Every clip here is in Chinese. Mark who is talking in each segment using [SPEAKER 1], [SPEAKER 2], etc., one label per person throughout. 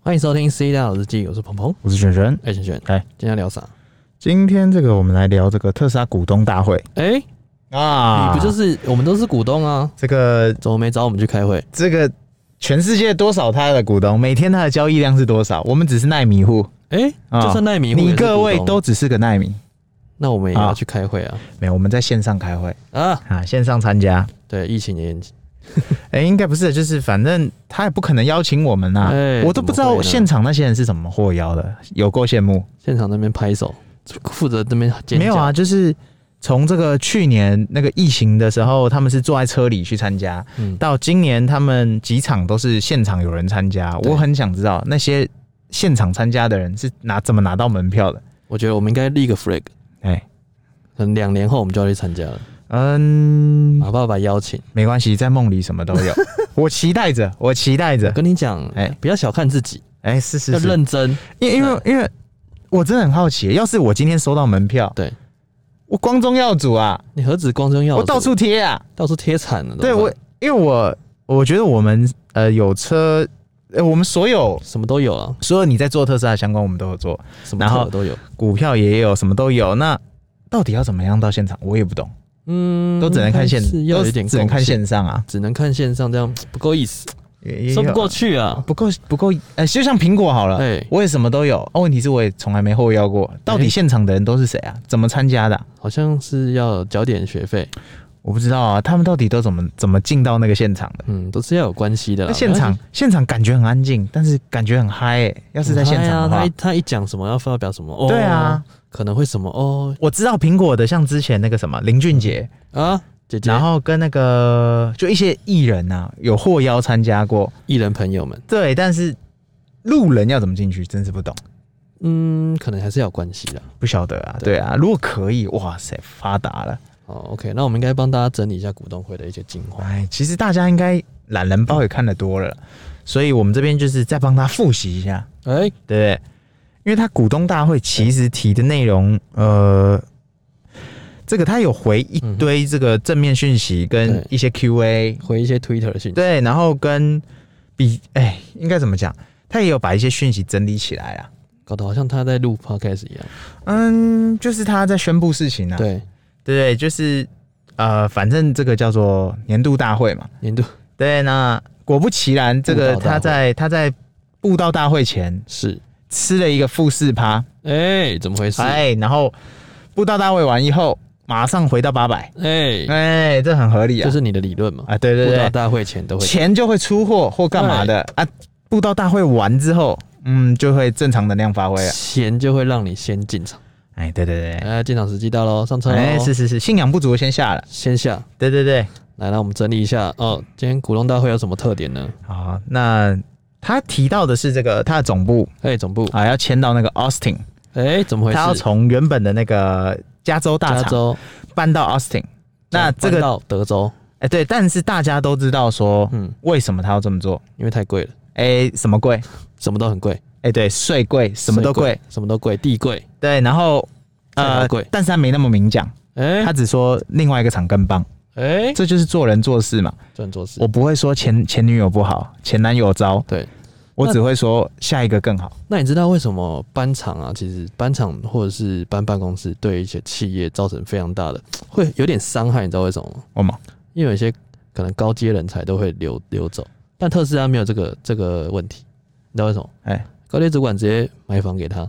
[SPEAKER 1] 欢迎收听《C 大佬日记》，我是鹏鹏，
[SPEAKER 2] 我是璇璇。
[SPEAKER 1] 哎、璇璇，
[SPEAKER 2] 哎
[SPEAKER 1] 今天要聊啥？
[SPEAKER 2] 今天这个我们来聊这个特斯拉股东大会
[SPEAKER 1] 哎、
[SPEAKER 2] 啊
[SPEAKER 1] 你不就是我们都是股东啊？
[SPEAKER 2] 这个
[SPEAKER 1] 怎么没找我们去开会？
[SPEAKER 2] 这个全世界多少他的股东，每天他的交易量是多少？我们只是奈米户，
[SPEAKER 1] 哎、
[SPEAKER 2] 啊
[SPEAKER 1] 就算奈米户也
[SPEAKER 2] 你
[SPEAKER 1] 是股
[SPEAKER 2] 各
[SPEAKER 1] 东
[SPEAKER 2] 位都，只是个奈米。
[SPEAKER 1] 那我们也要
[SPEAKER 2] 啊
[SPEAKER 1] 去开会啊！
[SPEAKER 2] 没有，我们在线上开会
[SPEAKER 1] 啊，
[SPEAKER 2] 啊，线上参加。
[SPEAKER 1] 对，疫情也严谨，
[SPEAKER 2] 哎、应该不是，就是反正他也不可能邀请我们呐、
[SPEAKER 1] 哎
[SPEAKER 2] 我都不知
[SPEAKER 1] 怎么
[SPEAKER 2] 道
[SPEAKER 1] 会呢
[SPEAKER 2] 现场那些人是怎么获邀的，有够羡慕。
[SPEAKER 1] 现场那边拍手，负责那边尖叫
[SPEAKER 2] 没有啊，，就是从这个去年那个疫情的时候，他们是坐在车里去参加，
[SPEAKER 1] 嗯
[SPEAKER 2] 到今年他们几场都是现场有人参加。
[SPEAKER 1] 对
[SPEAKER 2] 我很想知道那些现场参加的人是拿怎么拿到门票的。
[SPEAKER 1] 我觉得我们应该立个 flag，
[SPEAKER 2] 哎、
[SPEAKER 1] 可能两年后我们就要去参加了，
[SPEAKER 2] 嗯，
[SPEAKER 1] 把爸爸邀请。
[SPEAKER 2] 没关系，在梦里什么都 有。我期待着，我期待着
[SPEAKER 1] 我。跟你讲，哎、
[SPEAKER 2] 哎
[SPEAKER 1] 不要小看自己，
[SPEAKER 2] 哎、是是
[SPEAKER 1] 要
[SPEAKER 2] 是，
[SPEAKER 1] 认真。
[SPEAKER 2] 因因为因为我真的很好奇，要是我今天收到门票，
[SPEAKER 1] 对
[SPEAKER 2] 我光宗耀祖啊，
[SPEAKER 1] 你何止光宗耀祖，
[SPEAKER 2] 我到处贴啊。
[SPEAKER 1] 到处贴惨了。
[SPEAKER 2] 对
[SPEAKER 1] 怎么
[SPEAKER 2] 我
[SPEAKER 1] 办，
[SPEAKER 2] 因为我我觉得我们呃有车，呃我们所有
[SPEAKER 1] 什么都有了，
[SPEAKER 2] 所有你在做特斯拉的相关，我们都有做，
[SPEAKER 1] 什么
[SPEAKER 2] 然后
[SPEAKER 1] 特都有。
[SPEAKER 2] 股票也有，什么都有。那到底要怎么样到现场，我也不懂，
[SPEAKER 1] 嗯，
[SPEAKER 2] 都只能看线，
[SPEAKER 1] 还是要
[SPEAKER 2] 都
[SPEAKER 1] 有一点
[SPEAKER 2] 只能看
[SPEAKER 1] 贡献，
[SPEAKER 2] 线上啊，
[SPEAKER 1] 只能看线上，这样不够意思，
[SPEAKER 2] 也也有
[SPEAKER 1] 说不过去啊。
[SPEAKER 2] 不够不够，呃，就像苹果好了，
[SPEAKER 1] 哎，
[SPEAKER 2] 我也什么都有，啊问题是我也从来没后邀过，到
[SPEAKER 1] 哎
[SPEAKER 2] 底现场的人都是谁啊？怎么参加的啊、
[SPEAKER 1] 好像是要缴点学费，
[SPEAKER 2] 我不知道啊，他们到底都怎么怎么进到那个现场的？
[SPEAKER 1] 嗯，都是要有关系的啦。
[SPEAKER 2] 那现场现场感觉很安静，但是感觉很嗨、欸。要是在现
[SPEAKER 1] 哎呀
[SPEAKER 2] 场的话，
[SPEAKER 1] 他一他一讲什么要发表什么，哦，
[SPEAKER 2] 对啊，，
[SPEAKER 1] 可能会什么哦
[SPEAKER 2] 我知道苹果的，像之前那个什么林俊杰，
[SPEAKER 1] 啊，姐姐，
[SPEAKER 2] 然后跟那个就一些艺人啊，有获邀参加过。
[SPEAKER 1] 艺人朋友们，
[SPEAKER 2] 对，但是路人要怎么进去，真是不懂，
[SPEAKER 1] 嗯，可能还是要有关系的。
[SPEAKER 2] 不晓得啊。
[SPEAKER 1] 对
[SPEAKER 2] 对啊，如果可以，哇塞，发达了。
[SPEAKER 1] 哦，OK，那我们应该帮大家整理一下股东会的一些精华。
[SPEAKER 2] 哎，其实大家应该懒人包也看得多了，所以我们这边就是再帮他复习一下，
[SPEAKER 1] 哎，
[SPEAKER 2] 对不对？因为他股东大会其实提的内容，呃，这个他有回一堆这个正面讯息
[SPEAKER 1] 嗯
[SPEAKER 2] 跟
[SPEAKER 1] 对
[SPEAKER 2] 一些 Q&A，
[SPEAKER 1] 回一些 Twitter 的讯息，
[SPEAKER 2] 对，然后跟比哎，应该怎么讲？他也有把一些讯息整理起来啦。啊
[SPEAKER 1] 搞得好像他在录 Podcast 一样。
[SPEAKER 2] 嗯，就是他在宣布事情啊。
[SPEAKER 1] 对，
[SPEAKER 2] 对对，就是呃，反正这个叫做年度大会嘛。
[SPEAKER 1] 年度
[SPEAKER 2] 对，那果不其然，这个
[SPEAKER 1] 布道大会
[SPEAKER 2] 他在他在布道大会前
[SPEAKER 1] 是，
[SPEAKER 2] 吃了一个负四趴，
[SPEAKER 1] 哎，怎么回事？
[SPEAKER 2] 哎，然后布道大会完以后，马上回到八百，
[SPEAKER 1] 哎，
[SPEAKER 2] 哎，这很合理啊。
[SPEAKER 1] 这是你的理论嘛？
[SPEAKER 2] 啊，对对
[SPEAKER 1] 布
[SPEAKER 2] 对
[SPEAKER 1] 道，大会前都会
[SPEAKER 2] 钱就会出货或干嘛的啊。布道大会完之后，嗯，就会正常能量发挥了。
[SPEAKER 1] 钱就会让你先进场，
[SPEAKER 2] 哎，对对对，
[SPEAKER 1] 哎，进场时机到喽，上车喽，
[SPEAKER 2] 哎，是是是，信仰不足先下了。
[SPEAKER 1] 先下
[SPEAKER 2] 对对对，
[SPEAKER 1] 来，让我们整理一下哦，今天股东大会有什么特点呢？
[SPEAKER 2] 好，那他提到的是这个他的总部
[SPEAKER 1] 哎，总部，
[SPEAKER 2] 啊，要迁到那个 Austin，
[SPEAKER 1] 哎，怎么回
[SPEAKER 2] 他要
[SPEAKER 1] 事？
[SPEAKER 2] 从原本的那个加州大
[SPEAKER 1] 加
[SPEAKER 2] 厂
[SPEAKER 1] 州，
[SPEAKER 2] 搬到 Austin。那这
[SPEAKER 1] 搬
[SPEAKER 2] 个
[SPEAKER 1] 到德州，
[SPEAKER 2] 哎，对，但是大家都知道说，
[SPEAKER 1] 嗯，
[SPEAKER 2] 为什么他要这么做？
[SPEAKER 1] 因为太贵了，
[SPEAKER 2] 哎，什么贵？
[SPEAKER 1] 什么都很贵，
[SPEAKER 2] 哎，对，税贵，什么都
[SPEAKER 1] 税
[SPEAKER 2] 贵。，什
[SPEAKER 1] 什么都贵，地贵，
[SPEAKER 2] 么对，然后
[SPEAKER 1] 菜好
[SPEAKER 2] 呃
[SPEAKER 1] 贵，
[SPEAKER 2] 但是他没那么明讲，
[SPEAKER 1] 哎
[SPEAKER 2] 他只说另外一个厂更棒，
[SPEAKER 1] 哎，
[SPEAKER 2] 这就是做人做事嘛。
[SPEAKER 1] 赚做事
[SPEAKER 2] 我，不会说前前女友不好，前男友糟，
[SPEAKER 1] 对。
[SPEAKER 2] 我只会说下一个更好。
[SPEAKER 1] 那你知道为什么搬厂啊？其实搬厂或者是搬办公室，对一些企业造成非常大的，会有点伤害。你知道为什么吗？
[SPEAKER 2] 我吗？
[SPEAKER 1] 因为有一些可能高阶人才都会流流走，但特斯拉没有这个这个问题。你知道为什么？
[SPEAKER 2] 哎、
[SPEAKER 1] 高阶主管直接买房给他，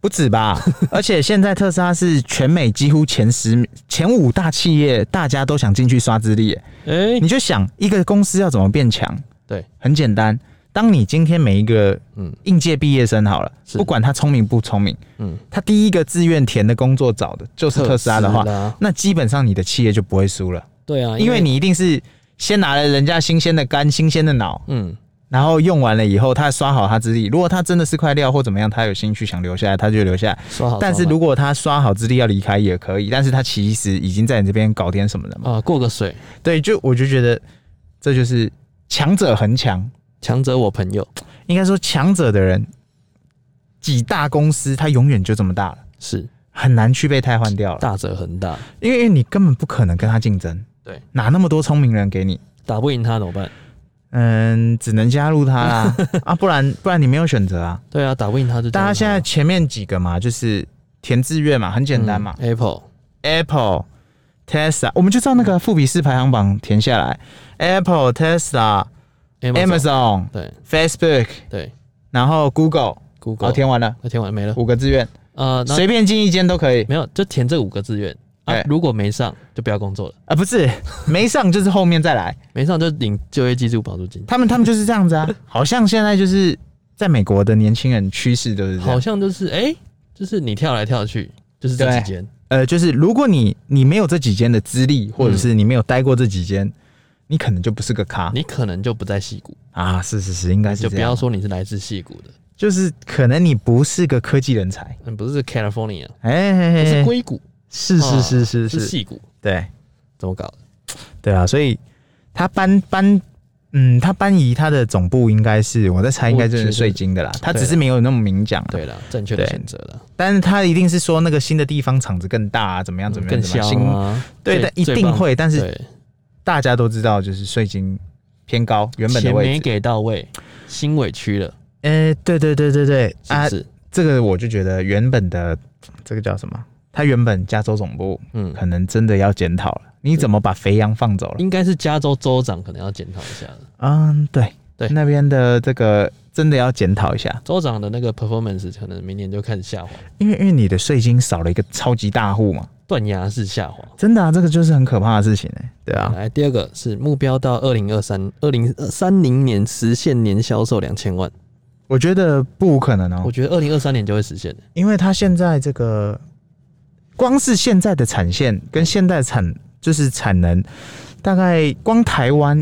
[SPEAKER 2] 不止 吧，而且现在特斯拉是全美几乎前十、前五大企业，大家都想进去刷资历耶。
[SPEAKER 1] 哎、
[SPEAKER 2] 你就想一个公司要怎么变强？
[SPEAKER 1] 对，
[SPEAKER 2] 很简单。当你今天每一个
[SPEAKER 1] 嗯
[SPEAKER 2] 应届毕业生好了，
[SPEAKER 1] 是
[SPEAKER 2] 不管他聪明不聪明，
[SPEAKER 1] 嗯，
[SPEAKER 2] 他第一个志愿填的工作找的就是特斯拉的话
[SPEAKER 1] 特，拉
[SPEAKER 2] 那基本上你的企业就不会输了，
[SPEAKER 1] 对啊，
[SPEAKER 2] 因为你一定是先拿了人家新鲜的肝、新鲜的脑，
[SPEAKER 1] 嗯，
[SPEAKER 2] 然后用完了以后，他刷好他资历。如果他真的是块料或怎么样，他有兴趣想留下来，他就留下来。
[SPEAKER 1] 说好，
[SPEAKER 2] 但是如果他刷好资历要离开也可以，但是他其实已经在你这边搞点什么了嘛。
[SPEAKER 1] 啊、过个水，
[SPEAKER 2] 对，就我就觉得这就是强者恒强，
[SPEAKER 1] 强者我朋友
[SPEAKER 2] 应该说强者的人，几大公司他永远就这么大了，
[SPEAKER 1] 是
[SPEAKER 2] 很难去被汰换掉了，
[SPEAKER 1] 大者恒大，
[SPEAKER 2] 因为因为你根本不可能跟他竞争。
[SPEAKER 1] 对，
[SPEAKER 2] 哪那么多聪明人给你？
[SPEAKER 1] 打不赢他怎么办？
[SPEAKER 2] 嗯，只能加入他 啦啊，不然不然你没有选择啊。
[SPEAKER 1] 对啊，打不赢他就
[SPEAKER 2] 大家现在前面几个嘛，就是填志愿嘛，很简单嘛、
[SPEAKER 1] a p p l e
[SPEAKER 2] a p p l e Tesla，我们就照那个富比士排行榜填下来，Apple、Tesla、Amazon、
[SPEAKER 1] 对
[SPEAKER 2] Facebook，
[SPEAKER 1] 对
[SPEAKER 2] 然后 Google，
[SPEAKER 1] ，Google
[SPEAKER 2] 好填完了
[SPEAKER 1] 那填完没了，
[SPEAKER 2] 五个志愿，
[SPEAKER 1] 呃，那
[SPEAKER 2] 随便进一间都可以
[SPEAKER 1] 没有就填这五个志愿啊
[SPEAKER 2] 哎，
[SPEAKER 1] 如果没上就不要工作了，
[SPEAKER 2] 啊，不是没上就是后面再来，
[SPEAKER 1] 没上就领就业技术保助金，
[SPEAKER 2] 他们他们就是这样子啊，好像现在就是在美国的年轻人趋势都是这
[SPEAKER 1] 好
[SPEAKER 2] 样，
[SPEAKER 1] 像就是哎、就是你跳来跳去就是这几间，
[SPEAKER 2] 呃，就是如果你你没有这几间的资历，或
[SPEAKER 1] 嗯
[SPEAKER 2] 者是你没有待过这几间，你可能就不是个咖
[SPEAKER 1] 你可能就不在戏谷，
[SPEAKER 2] 啊，是是是，应该是
[SPEAKER 1] 就
[SPEAKER 2] 这
[SPEAKER 1] 不
[SPEAKER 2] 样
[SPEAKER 1] 要，说你是来自戏谷的，
[SPEAKER 2] 就是可能你不是个科技人才，
[SPEAKER 1] 嗯，不是 California，
[SPEAKER 2] 哎、嘿
[SPEAKER 1] 不
[SPEAKER 2] 嘿
[SPEAKER 1] 是
[SPEAKER 2] 嘿
[SPEAKER 1] 硅谷，
[SPEAKER 2] 是是是是
[SPEAKER 1] 是
[SPEAKER 2] 是，
[SPEAKER 1] 戏谷，
[SPEAKER 2] 对
[SPEAKER 1] 怎么搞的？
[SPEAKER 2] 对啊，所以他搬搬，嗯，他搬移他的总部应该是，我在猜应该就
[SPEAKER 1] 我觉
[SPEAKER 2] 是
[SPEAKER 1] 得
[SPEAKER 2] 税金的啦，他
[SPEAKER 1] 对
[SPEAKER 2] 只是
[SPEAKER 1] 啦
[SPEAKER 2] 没有那么明讲、啊，
[SPEAKER 1] 对了，正确的
[SPEAKER 2] 对
[SPEAKER 1] 选择了，
[SPEAKER 2] 但是他一定是说那个新的地方厂子更大、啊，怎么样怎么
[SPEAKER 1] 更
[SPEAKER 2] 样怎么样，
[SPEAKER 1] 香
[SPEAKER 2] 新
[SPEAKER 1] 啊，
[SPEAKER 2] 对，
[SPEAKER 1] 最
[SPEAKER 2] 但一定。会，但
[SPEAKER 1] 最
[SPEAKER 2] 是
[SPEAKER 1] 棒对，
[SPEAKER 2] 大家都知道就是税金偏高，原本的
[SPEAKER 1] 钱
[SPEAKER 2] 位
[SPEAKER 1] 没
[SPEAKER 2] 置，
[SPEAKER 1] 给到位，心委屈了，
[SPEAKER 2] 呃，对对对对对
[SPEAKER 1] 是
[SPEAKER 2] 啊
[SPEAKER 1] 不，是？
[SPEAKER 2] 这个我就觉得原本的这个叫什么？他原本加州总部
[SPEAKER 1] 嗯，
[SPEAKER 2] 可能真的要检讨了，你怎么把肥羊放走了？
[SPEAKER 1] 应该是加州州长可能要检讨一下了。
[SPEAKER 2] 嗯，对
[SPEAKER 1] 对
[SPEAKER 2] 那边的这个真的要检讨一下，
[SPEAKER 1] 州长的那个 performance 可能明年就开始下滑，
[SPEAKER 2] 因为因为你的税金少了一个超级大户嘛，
[SPEAKER 1] 断崖式下滑。
[SPEAKER 2] 真的啊，这个就是很可怕的事情哎、对啊，
[SPEAKER 1] 来，第二个是目标到二零二三、二零呃三零年实现年销售两千万，
[SPEAKER 2] 我觉得不可能哦
[SPEAKER 1] 我，觉得二零二三年就会实现的。
[SPEAKER 2] 因为它现在这个光是现在的产线跟现在产就是产能，大概光台湾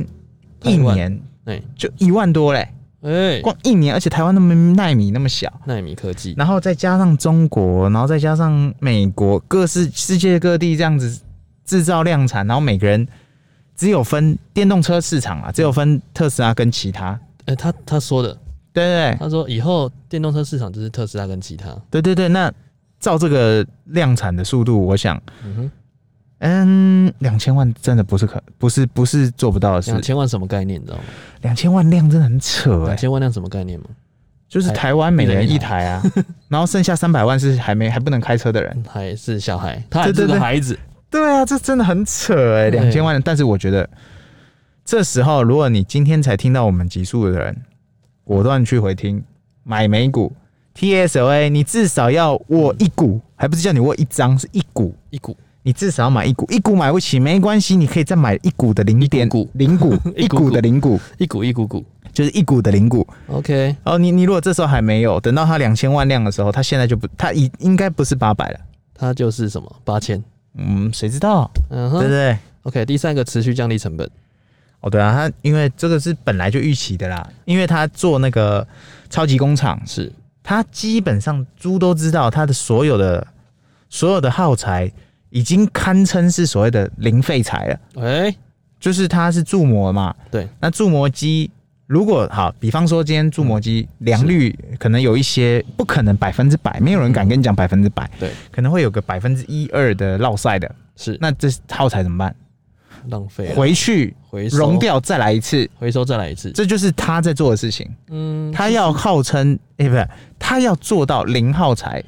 [SPEAKER 2] 一
[SPEAKER 1] 台湾
[SPEAKER 2] 年
[SPEAKER 1] 哎
[SPEAKER 2] 就一万多嘞，
[SPEAKER 1] 哎，
[SPEAKER 2] 光一年，而且台湾那么纳米那么小，
[SPEAKER 1] 纳米科技，
[SPEAKER 2] 然后再加上中国，然后再加上美国，各是世界各地这样子制造量产，然后每个人只有分电动车市场
[SPEAKER 1] 嗯
[SPEAKER 2] 啊，只有分特斯拉跟其他，
[SPEAKER 1] 哎，他他说的，
[SPEAKER 2] 对对
[SPEAKER 1] 他说以后电动车市场就是特斯拉跟其他，
[SPEAKER 2] 对对对对。那照这个量产的速度，我想，
[SPEAKER 1] 嗯哼，
[SPEAKER 2] 嗯，两千万真的不是可不是不是做不到的事
[SPEAKER 1] 两，千万什么概念，你知道吗？
[SPEAKER 2] 两千万量真的很扯哎、
[SPEAKER 1] 两千万辆什么概念吗？
[SPEAKER 2] 就是
[SPEAKER 1] 台
[SPEAKER 2] 台湾每
[SPEAKER 1] 一
[SPEAKER 2] 人
[SPEAKER 1] 人一
[SPEAKER 2] 一台啊，然后剩下三百万是还没还不能开车的人，
[SPEAKER 1] 还是小孩，他还
[SPEAKER 2] 对
[SPEAKER 1] 是
[SPEAKER 2] 对
[SPEAKER 1] 个
[SPEAKER 2] 对
[SPEAKER 1] 孩子，
[SPEAKER 2] 对啊，这真的很扯哎、欸，
[SPEAKER 1] 对
[SPEAKER 2] 两千万！但是我觉得这时候，如果你今天才听到我们集数的人，果断去回听买美股 TSOA，你至少要握一股，还不是叫你握一张，是一股，
[SPEAKER 1] 一股
[SPEAKER 2] 你至少要买一股，一股买不起没关系，你可以再买一股的零点
[SPEAKER 1] 股
[SPEAKER 2] 零股
[SPEAKER 1] 一
[SPEAKER 2] 一
[SPEAKER 1] 股股
[SPEAKER 2] 股的零股，
[SPEAKER 1] 一股一股股
[SPEAKER 2] 就是一股的零股。
[SPEAKER 1] ，OK，
[SPEAKER 2] 哦，你你如果这时候还没有，等到它两千万量的时候，它现在就不，它应应该不是八百了，
[SPEAKER 1] 它就是什么八千，
[SPEAKER 2] 嗯，谁知道，
[SPEAKER 1] 嗯
[SPEAKER 2] 对不
[SPEAKER 1] 哼
[SPEAKER 2] 对？
[SPEAKER 1] ，OK，第三个持续降低成本，
[SPEAKER 2] 哦，对啊，他因为这个是本来就预期的啦，因为他做那个超级工厂，
[SPEAKER 1] 是
[SPEAKER 2] 他基本上猪都知道他的所有的所有的耗材已经堪称是所谓的零废材了，
[SPEAKER 1] 哎、
[SPEAKER 2] 就是它是铸模嘛，
[SPEAKER 1] 对，
[SPEAKER 2] 那铸模机。如果好，比方说今天铸模机
[SPEAKER 1] 嗯
[SPEAKER 2] 良率可能有一些不可能百分之百，没有人敢跟你讲百分之百，
[SPEAKER 1] 对，
[SPEAKER 2] 可能会有个百分之一二的落赛的，
[SPEAKER 1] 是
[SPEAKER 2] 那这耗材怎么办？
[SPEAKER 1] 浪费了，
[SPEAKER 2] 回去
[SPEAKER 1] 啊回收
[SPEAKER 2] 熔，掉再来一次，
[SPEAKER 1] 回收再来一次，
[SPEAKER 2] 这就是他在做的事情。
[SPEAKER 1] 嗯，
[SPEAKER 2] 他要号称，哎、不是，他要做到零耗材。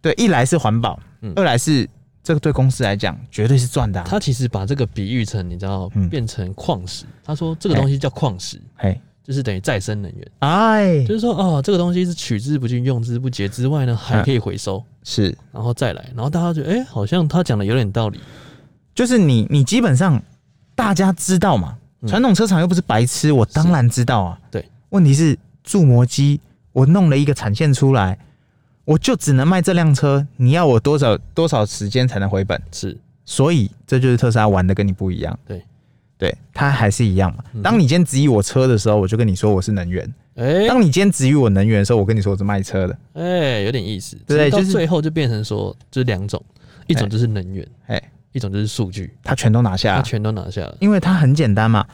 [SPEAKER 2] 对，一来是环保，
[SPEAKER 1] 嗯
[SPEAKER 2] 二来是这个对公司来讲绝对是赚的、啊。
[SPEAKER 1] 他其实把这个比喻成你知道
[SPEAKER 2] 嗯
[SPEAKER 1] 变成矿石，他说这个东西叫矿石，
[SPEAKER 2] 哎
[SPEAKER 1] 就是等于再生能源，
[SPEAKER 2] 哎
[SPEAKER 1] 就，是说哦，这个东西是取之不尽、用之不竭之外呢，
[SPEAKER 2] 哎
[SPEAKER 1] 还可以回收，
[SPEAKER 2] 是，
[SPEAKER 1] 然后再来，然后大家觉得哎、好像他讲的有点道理，
[SPEAKER 2] 就是你你基本上大家知道嘛，
[SPEAKER 1] 嗯
[SPEAKER 2] 传统车厂又不是白痴，我当然知道啊。
[SPEAKER 1] 对，
[SPEAKER 2] 问题是铸模机，我弄了一个产线出来，我就只能卖这辆车，你要我多少多少时间才能回本？
[SPEAKER 1] 是
[SPEAKER 2] 所以这就是特斯拉玩的跟你不一样。
[SPEAKER 1] 对，
[SPEAKER 2] 对，它还是一样嘛
[SPEAKER 1] 嗯。
[SPEAKER 2] 当你今天质疑我车的时候，我就跟你说我是能源；
[SPEAKER 1] 哎
[SPEAKER 2] 当你今天质疑我能源的时候，我跟你说我是卖车的。
[SPEAKER 1] 哎、有点意思，只
[SPEAKER 2] 对
[SPEAKER 1] 到
[SPEAKER 2] 就是
[SPEAKER 1] 最后就变成说就是两种，一种就是能源，
[SPEAKER 2] 哎，
[SPEAKER 1] 一种就是数据，
[SPEAKER 2] 它全都拿下
[SPEAKER 1] 他
[SPEAKER 2] 来，
[SPEAKER 1] 全都拿下了，
[SPEAKER 2] 因为它很简单嘛。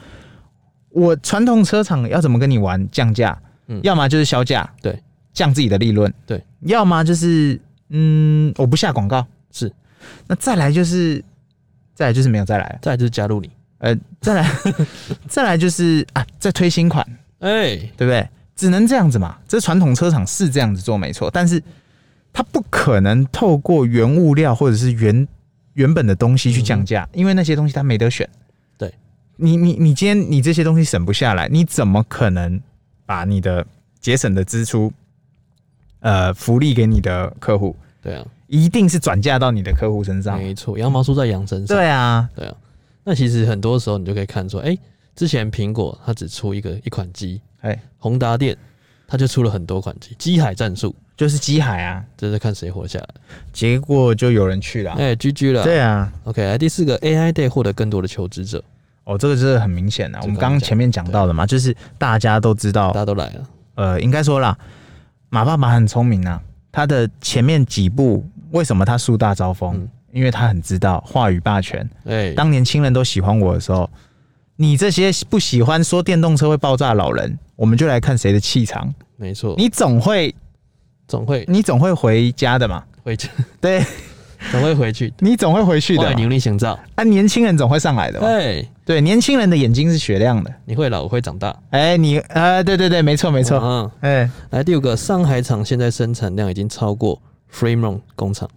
[SPEAKER 2] 我传统车厂要怎么跟你玩降价？
[SPEAKER 1] 嗯
[SPEAKER 2] 要么就是销价，
[SPEAKER 1] 对，
[SPEAKER 2] 降自己的利润，
[SPEAKER 1] 对；
[SPEAKER 2] 要么就是嗯，我不下广告，
[SPEAKER 1] 是。
[SPEAKER 2] 那再来就是，再来就是没有再来了。
[SPEAKER 1] 再来就是加入你，
[SPEAKER 2] 呃，再来 再来就是啊，再推新款，
[SPEAKER 1] 哎，
[SPEAKER 2] 对不对？只能这样子嘛，这传统车厂是这样子做没错，但是它不可能透过原物料或者是原原本的东西去降价，因为那些东西它没得选。
[SPEAKER 1] 嗯对，
[SPEAKER 2] 你你你今天你这些东西省不下来，你怎么可能把你的节省的支出，呃，福利给你的客户？
[SPEAKER 1] 对啊，
[SPEAKER 2] 一定是转嫁到你的客户身上。
[SPEAKER 1] 没错，羊毛出在羊身上。
[SPEAKER 2] 对啊，
[SPEAKER 1] 对啊，那其实很多时候你就可以看出，哎、之前苹果它只出一个一款机，
[SPEAKER 2] 哎，
[SPEAKER 1] 宏达电它就出了很多款机，机海战术，
[SPEAKER 2] 就是机海啊，
[SPEAKER 1] 这是看谁活下来。
[SPEAKER 2] 结果就有人去了啊、
[SPEAKER 1] 哎、居居了。
[SPEAKER 2] 对啊，
[SPEAKER 1] OK，来第四个 AI Day 获得更多的求职者，
[SPEAKER 2] 哦，这个就是很明显的、啊
[SPEAKER 1] 这
[SPEAKER 2] 我
[SPEAKER 1] 个
[SPEAKER 2] 们刚刚前面讲到的嘛，就是大家都知道
[SPEAKER 1] 大，家都来了。
[SPEAKER 2] 呃，应该说啦，马爸爸很聪明啊，他的前面几步为什么他树大招风？
[SPEAKER 1] 嗯
[SPEAKER 2] 因为他很知道话语霸权。
[SPEAKER 1] 哎、
[SPEAKER 2] 当年亲人都喜欢我的时候，你这些不喜欢说电动车会爆炸的老人，我们就来看谁的气场。
[SPEAKER 1] 没错，
[SPEAKER 2] 你总会，
[SPEAKER 1] 总会
[SPEAKER 2] 你总会回家的嘛？
[SPEAKER 1] 回去，
[SPEAKER 2] 对，
[SPEAKER 1] 总会回去。
[SPEAKER 2] 你总会回去的
[SPEAKER 1] 万
[SPEAKER 2] 嘛。
[SPEAKER 1] 宁力行照，
[SPEAKER 2] 啊，年轻人总会上来的嘛。
[SPEAKER 1] 哎，
[SPEAKER 2] 对，啊年轻人的眼睛是雪亮的。
[SPEAKER 1] 你会老，我会长大，
[SPEAKER 2] 哎、你呃，对对对，没错没错。
[SPEAKER 1] 嗯，
[SPEAKER 2] 哎、
[SPEAKER 1] 来第五个，上海厂现在生产量已经超过 Fremont 工厂。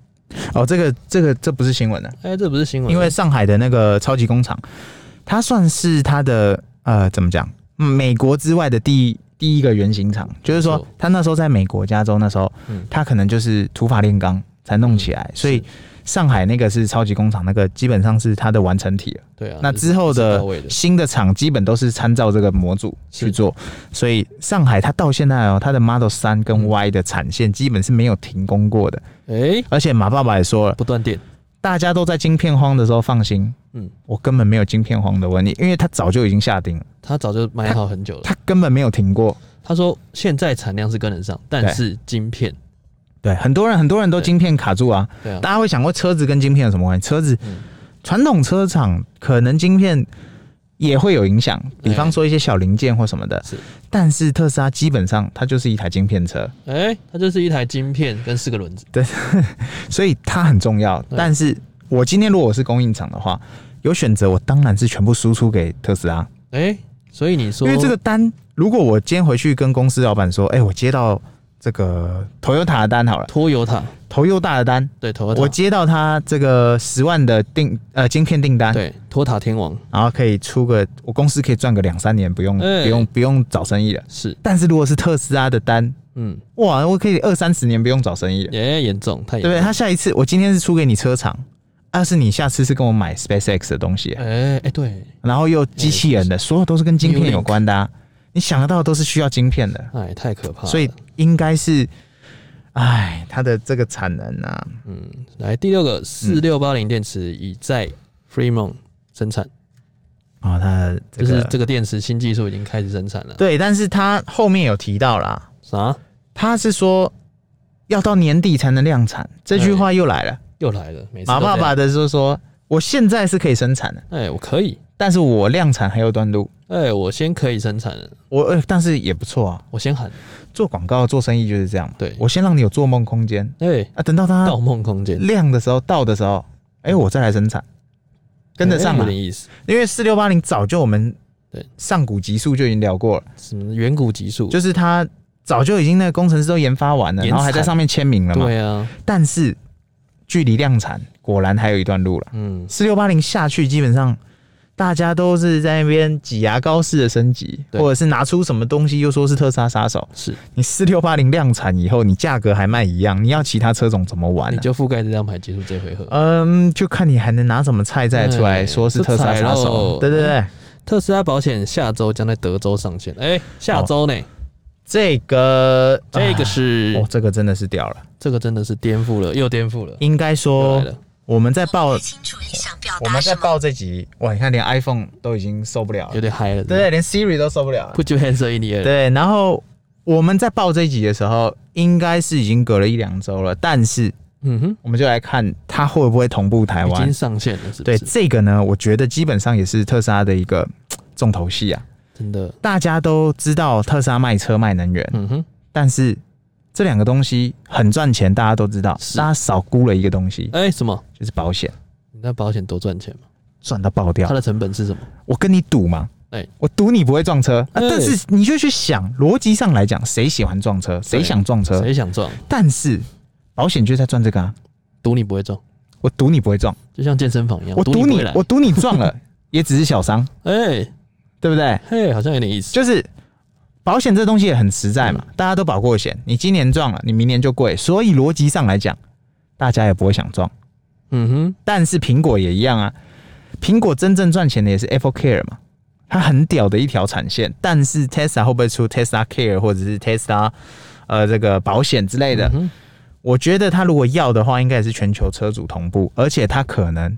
[SPEAKER 2] 哦，这个这个这不是新闻的、
[SPEAKER 1] 哎、这不是新闻，
[SPEAKER 2] 因为上海的那个超级工厂，它算是它的呃怎么讲，嗯美国之外的第第一个原型厂，就是
[SPEAKER 1] 没
[SPEAKER 2] 说
[SPEAKER 1] 错
[SPEAKER 2] 它那时候在美国加州那时候
[SPEAKER 1] 嗯，
[SPEAKER 2] 它可能就是土法炼钢才弄起来，嗯所以上海那个是超级工厂，那个基本上是它的完成体了。
[SPEAKER 1] 对啊，
[SPEAKER 2] 那
[SPEAKER 1] 就是
[SPEAKER 2] 之后
[SPEAKER 1] 是
[SPEAKER 2] 的
[SPEAKER 1] 到位的
[SPEAKER 2] 新的厂基本都是参照这个模组去做，所以上海它到现在哦，它的 Model 三
[SPEAKER 1] 嗯
[SPEAKER 2] 跟 Y 的产线基本是没有停工过的。
[SPEAKER 1] 哎、
[SPEAKER 2] 而且马爸爸也说了，
[SPEAKER 1] 不断电，
[SPEAKER 2] 大家都在晶片荒的时候放心，
[SPEAKER 1] 嗯，
[SPEAKER 2] 我根本没有晶片荒的问题，因为它早就已经下定了，
[SPEAKER 1] 他早就买好很久了。
[SPEAKER 2] 它根本没有停过。
[SPEAKER 1] 他说现在产量是跟得上，但是晶片，
[SPEAKER 2] 对，很多人很多人都晶片卡住啊，
[SPEAKER 1] 对啊，
[SPEAKER 2] 大家会想过车子跟晶片有什么关系？车子
[SPEAKER 1] 嗯
[SPEAKER 2] 传统车厂可能晶片也会有影响，比
[SPEAKER 1] 哎
[SPEAKER 2] 方说一些小零件或什么的。
[SPEAKER 1] 是
[SPEAKER 2] 但是特斯拉基本上它就是一台晶片车，
[SPEAKER 1] 哎、它就是一台晶片跟四个轮子，
[SPEAKER 2] 所以它很重要。
[SPEAKER 1] 对
[SPEAKER 2] 但是我今天如果我是供应厂的话，有选择，我当然是全部输出给特斯拉，
[SPEAKER 1] 哎、所以你说，
[SPEAKER 2] 因为这个单，如果我今天回去跟公司老板说，哎、我接到这个 Toyota 的单好了
[SPEAKER 1] 拖油塔，
[SPEAKER 2] ，Toyota 的单，
[SPEAKER 1] 对，头油
[SPEAKER 2] 我
[SPEAKER 1] 塔，
[SPEAKER 2] 接到他这个十万的订呃晶片订单，
[SPEAKER 1] 对，托塔天王
[SPEAKER 2] 然后可以出个我公司可以赚个两三年，不用、
[SPEAKER 1] 哎
[SPEAKER 2] 不用不用找生意了。
[SPEAKER 1] 是，
[SPEAKER 2] 但是如果是特斯拉的单，
[SPEAKER 1] 嗯，
[SPEAKER 2] 哇，我可以二三十年不用找生意了，
[SPEAKER 1] 也、严重，太
[SPEAKER 2] 对
[SPEAKER 1] 严
[SPEAKER 2] 不
[SPEAKER 1] 重，
[SPEAKER 2] 对？他下一次我今天是出给你车厂，要、是你下次是跟我买 SpaceX 的东西，
[SPEAKER 1] 哎、哎、对，
[SPEAKER 2] 然后又机器人的，所有都是跟晶片有关的、啊，你想得到的都是需要晶片的。
[SPEAKER 1] 哎，太可怕了，
[SPEAKER 2] 所以应该是，哎，它的这个产能啊，
[SPEAKER 1] 嗯，来第六个，四六八零电池已在 Fremont 生产，
[SPEAKER 2] 哦，它这
[SPEAKER 1] 就
[SPEAKER 2] 个、
[SPEAKER 1] 是这个电池新技术已经开始生产了，
[SPEAKER 2] 对，但是它后面有提到啦，
[SPEAKER 1] 啥？
[SPEAKER 2] 它是说要到年底才能量产，这句话又来了。
[SPEAKER 1] 又来了，每次
[SPEAKER 2] 马
[SPEAKER 1] 都
[SPEAKER 2] 爸
[SPEAKER 1] 这样，
[SPEAKER 2] 爸的就说，我现在是可以生产的，
[SPEAKER 1] 哎、我可以，
[SPEAKER 2] 但是我量产还有段路。
[SPEAKER 1] 哎、我先可以生产了，
[SPEAKER 2] 我、呃但是也不错啊，
[SPEAKER 1] 我先喊，
[SPEAKER 2] 做广告做生意就是这样嘛。
[SPEAKER 1] 对
[SPEAKER 2] 我先让你有做梦空间
[SPEAKER 1] 哎、
[SPEAKER 2] 啊，等到它
[SPEAKER 1] 盗梦空间
[SPEAKER 2] 量的时候到的时候，哎、我再来生产，跟得上
[SPEAKER 1] 哎
[SPEAKER 2] 嘛
[SPEAKER 1] 有。点意思。
[SPEAKER 2] 因为四六八零早就我们
[SPEAKER 1] 对
[SPEAKER 2] 上古级数就已经聊过了，
[SPEAKER 1] 什么远古级数？
[SPEAKER 2] 就是他早就已经那个工程师都研发完了，
[SPEAKER 1] 延
[SPEAKER 2] 然后还在
[SPEAKER 1] 产
[SPEAKER 2] 上面签名了嘛。
[SPEAKER 1] 对啊，
[SPEAKER 2] 但是距离量产果然还有一段路了。
[SPEAKER 1] 嗯，
[SPEAKER 2] 四六八零下去，基本上大家都是在那边挤牙膏式的升级，
[SPEAKER 1] 对
[SPEAKER 2] 或者是拿出什么东西又说是特斯拉杀手。
[SPEAKER 1] 是，
[SPEAKER 2] 你四六八零量产以后，你价格还卖一样，你要其他车种怎么玩
[SPEAKER 1] 你
[SPEAKER 2] 呢、
[SPEAKER 1] 就覆盖这张牌结束这回合。
[SPEAKER 2] 嗯，就看你还能拿什么菜再出来
[SPEAKER 1] 哎
[SPEAKER 2] 说是特斯拉
[SPEAKER 1] 出彩
[SPEAKER 2] 杀手
[SPEAKER 1] 喽。
[SPEAKER 2] 对对对。
[SPEAKER 1] 特斯拉保险下周将在德州上线，哎，下周呢？
[SPEAKER 2] 这个
[SPEAKER 1] 这个是
[SPEAKER 2] 哦哦，这个真的是屌了。
[SPEAKER 1] 这个真的是颠覆了，又颠覆了，
[SPEAKER 2] 应该
[SPEAKER 1] 又
[SPEAKER 2] 说
[SPEAKER 1] 来了。
[SPEAKER 2] 我们在报
[SPEAKER 3] 不太清楚你想表
[SPEAKER 2] 我
[SPEAKER 3] 达
[SPEAKER 2] 们在
[SPEAKER 3] 什么。
[SPEAKER 2] 报这集，哇，你看连 iPhone 都已经受不了
[SPEAKER 1] 有
[SPEAKER 2] 了，
[SPEAKER 1] 点嗨了。
[SPEAKER 2] 对，连 Siri 都受不了了。
[SPEAKER 1] ，Put your hands in the air。
[SPEAKER 2] 对，然后我们在报这集的时候，应该是已经隔了一两周了，但是
[SPEAKER 1] 嗯哼，
[SPEAKER 2] 我们就来看它会不会同步台
[SPEAKER 1] 已
[SPEAKER 2] 湾
[SPEAKER 1] 经。上线了，是不
[SPEAKER 2] 对
[SPEAKER 1] 是？
[SPEAKER 2] 这个呢，我觉得基本上也是特斯拉的一个嘖重头戏啊。
[SPEAKER 1] 真的，
[SPEAKER 2] 大家都知道特斯拉卖车卖能源，
[SPEAKER 1] 嗯哼，
[SPEAKER 2] 但是这两个东西很赚钱，大家都知道，
[SPEAKER 1] 是
[SPEAKER 2] 大家少估了一个东西，
[SPEAKER 1] 哎，什么？
[SPEAKER 2] 就是保险。
[SPEAKER 1] 你那保险多赚钱吗？
[SPEAKER 2] 赚到爆掉
[SPEAKER 1] 它。的成本是什么？
[SPEAKER 2] 我跟你赌嘛，
[SPEAKER 1] 哎
[SPEAKER 2] 我赌你不会撞车、啊，
[SPEAKER 1] 哎
[SPEAKER 2] 但是你就去想，逻辑上来讲，谁喜欢撞车，谁想撞车？
[SPEAKER 1] 谁想撞？
[SPEAKER 2] 但是保险就在赚这个啊，
[SPEAKER 1] 赌你不会撞，
[SPEAKER 2] 我赌你不会撞，
[SPEAKER 1] 就像健身房一样，
[SPEAKER 2] 我赌
[SPEAKER 1] 哎赌
[SPEAKER 2] 你
[SPEAKER 1] 不会来，。
[SPEAKER 2] 我赌你撞 了，也只是小伤，
[SPEAKER 1] 哎
[SPEAKER 2] 对不对？
[SPEAKER 1] 嘿，好像有点意思。
[SPEAKER 2] 就是保险这东西也很实在嘛，
[SPEAKER 1] 嗯
[SPEAKER 2] 大家都保过险，你今年撞了，你明年就贵，所以逻辑上来讲，大家也不会想撞。
[SPEAKER 1] 嗯哼，
[SPEAKER 2] 但是苹果也一样啊，苹果真正赚钱的也是 Apple Care 嘛，它很屌的一条产线。但是 Tesla 会不会出 Tesla Care 或者是 Tesla 呃这个保险之类的？
[SPEAKER 1] 嗯哼
[SPEAKER 2] 我觉得它如果要的话，应该也是全球车主同步，而且它可能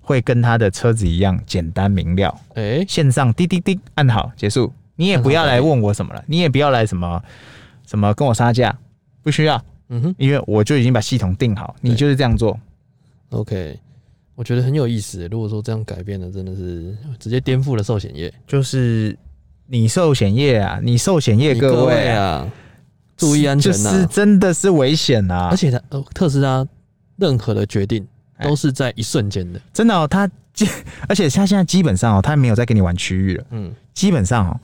[SPEAKER 2] 会跟它的车子一样简单明了，
[SPEAKER 1] 哎，
[SPEAKER 2] 线上滴滴滴按好结束，你也不要来问我什么
[SPEAKER 1] 嗯
[SPEAKER 2] 了，你也不要来什么什么跟我杀价，不需要，
[SPEAKER 1] 嗯哼
[SPEAKER 2] 因为我就已经把系统定好，你
[SPEAKER 1] 对
[SPEAKER 2] 就是这样做。
[SPEAKER 1] ，OK，我觉得很有意思。如果说这样改变了，真的是直接颠覆了寿险业。
[SPEAKER 2] 就是你寿险业啊，你寿险业
[SPEAKER 1] 你
[SPEAKER 2] 各
[SPEAKER 1] 位
[SPEAKER 2] 位啊，
[SPEAKER 1] 啊，注意安全呐、
[SPEAKER 2] 就是真的是危险啊
[SPEAKER 1] 而！且它呃，特斯拉任何的决定
[SPEAKER 2] 哎
[SPEAKER 1] 都是在一瞬间的。
[SPEAKER 2] 真的哦，他 基，而且他现在基本上哦，他没有在跟你玩区域了，
[SPEAKER 1] 嗯，
[SPEAKER 2] 基本上哦，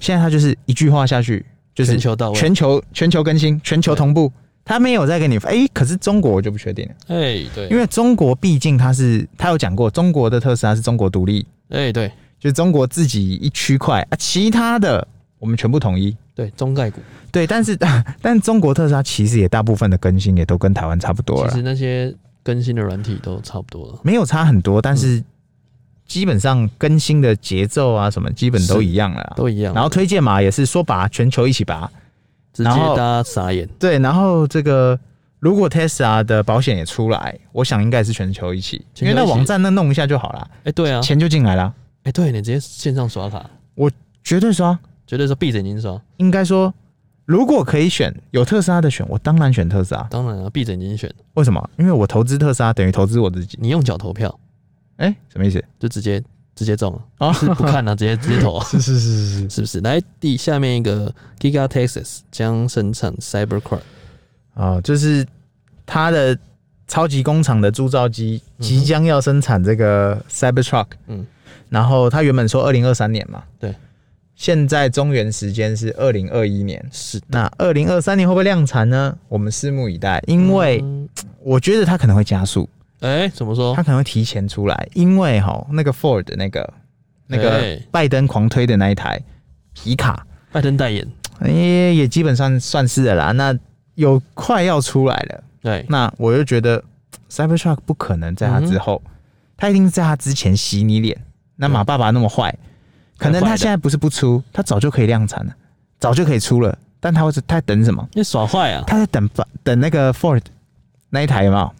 [SPEAKER 2] 现在他就是一句话下去，就是
[SPEAKER 1] 全球到位。
[SPEAKER 2] 全球全球更新，全球同步，他没有在跟你哎、可是中国我就不确定了，
[SPEAKER 1] 哎、对，
[SPEAKER 2] 因为中国毕竟他是他有讲过，中国的特斯拉是中国独立，
[SPEAKER 1] 哎、对
[SPEAKER 2] 就是中国自己一区块啊，其他的我们全部统一。
[SPEAKER 1] 对，中概股
[SPEAKER 2] 对，但是 但中国特斯拉其实也大部分的更新也都跟台湾差不多
[SPEAKER 1] 其
[SPEAKER 2] 了
[SPEAKER 1] 实，那些更新的软体都差不多了。
[SPEAKER 2] 没有差很多，但是
[SPEAKER 1] 嗯
[SPEAKER 2] 基本上更新的节奏啊什么基本都一样了啊。
[SPEAKER 1] 都一样，
[SPEAKER 2] 然后推荐码也是说拔，全球一起拔。
[SPEAKER 1] 直接
[SPEAKER 2] 然后
[SPEAKER 1] 大家傻眼，
[SPEAKER 2] 对，然后这个如果 Tesla 的保险也出来，我想应该是全球一起，因
[SPEAKER 1] 全球一起
[SPEAKER 2] 为那网站那弄一下就好了，
[SPEAKER 1] 哎、对啊，
[SPEAKER 2] 钱就进来了，
[SPEAKER 1] 哎、对你直接线上刷卡，
[SPEAKER 2] 绝对刷。
[SPEAKER 1] 绝对是闭着眼睛刷，
[SPEAKER 2] 应该说，如果可以选有特斯拉的选，我当然选特斯拉。
[SPEAKER 1] 当然啊，闭着眼睛选，
[SPEAKER 2] 为什么？因为我投资特斯拉等于投资我自己。
[SPEAKER 1] 你用脚投票
[SPEAKER 2] 哎、什么意思？
[SPEAKER 1] 就直接直接中了，
[SPEAKER 2] 哦
[SPEAKER 1] 是不看了、直接直接投啊、
[SPEAKER 2] 是是是是是。
[SPEAKER 1] 是不是？来第下面一个 Giga Texas 将生产 Cybercar，
[SPEAKER 2] 啊、就是它的超级工厂的铸造机
[SPEAKER 1] 嗯哼
[SPEAKER 2] 即将要生产这个 Cybertruck，
[SPEAKER 1] 嗯，
[SPEAKER 2] 然后它原本说二零二三年嘛，
[SPEAKER 1] 对，
[SPEAKER 2] 现在中原时间是二零二一年，
[SPEAKER 1] 是
[SPEAKER 2] 那二零二三年会不会量产呢？我们拭目以待，因为
[SPEAKER 1] 嗯
[SPEAKER 2] 我觉得它可能会加速，
[SPEAKER 1] 哎、怎么说
[SPEAKER 2] 它？可能会提前出来，因为哈那个 Ford 那个那个
[SPEAKER 1] 哎
[SPEAKER 2] 拜登狂推的那一台皮卡，
[SPEAKER 1] 拜登代言，
[SPEAKER 2] 也也基本上算是的啦，那有快要出来了。
[SPEAKER 1] 对，
[SPEAKER 2] 那我就觉得 Cybertruck 不可能在他之后，
[SPEAKER 1] 嗯
[SPEAKER 2] 他一定是在他之前洗你脸。那马爸爸那么坏，可能
[SPEAKER 1] 太坏
[SPEAKER 2] 他
[SPEAKER 1] 了
[SPEAKER 2] 现在不是不出，他早就可以量产了，早就可以出了，但他会是他在等什么？
[SPEAKER 1] 你耍坏啊！
[SPEAKER 2] 他在等等那个 Ford 那一台有没有？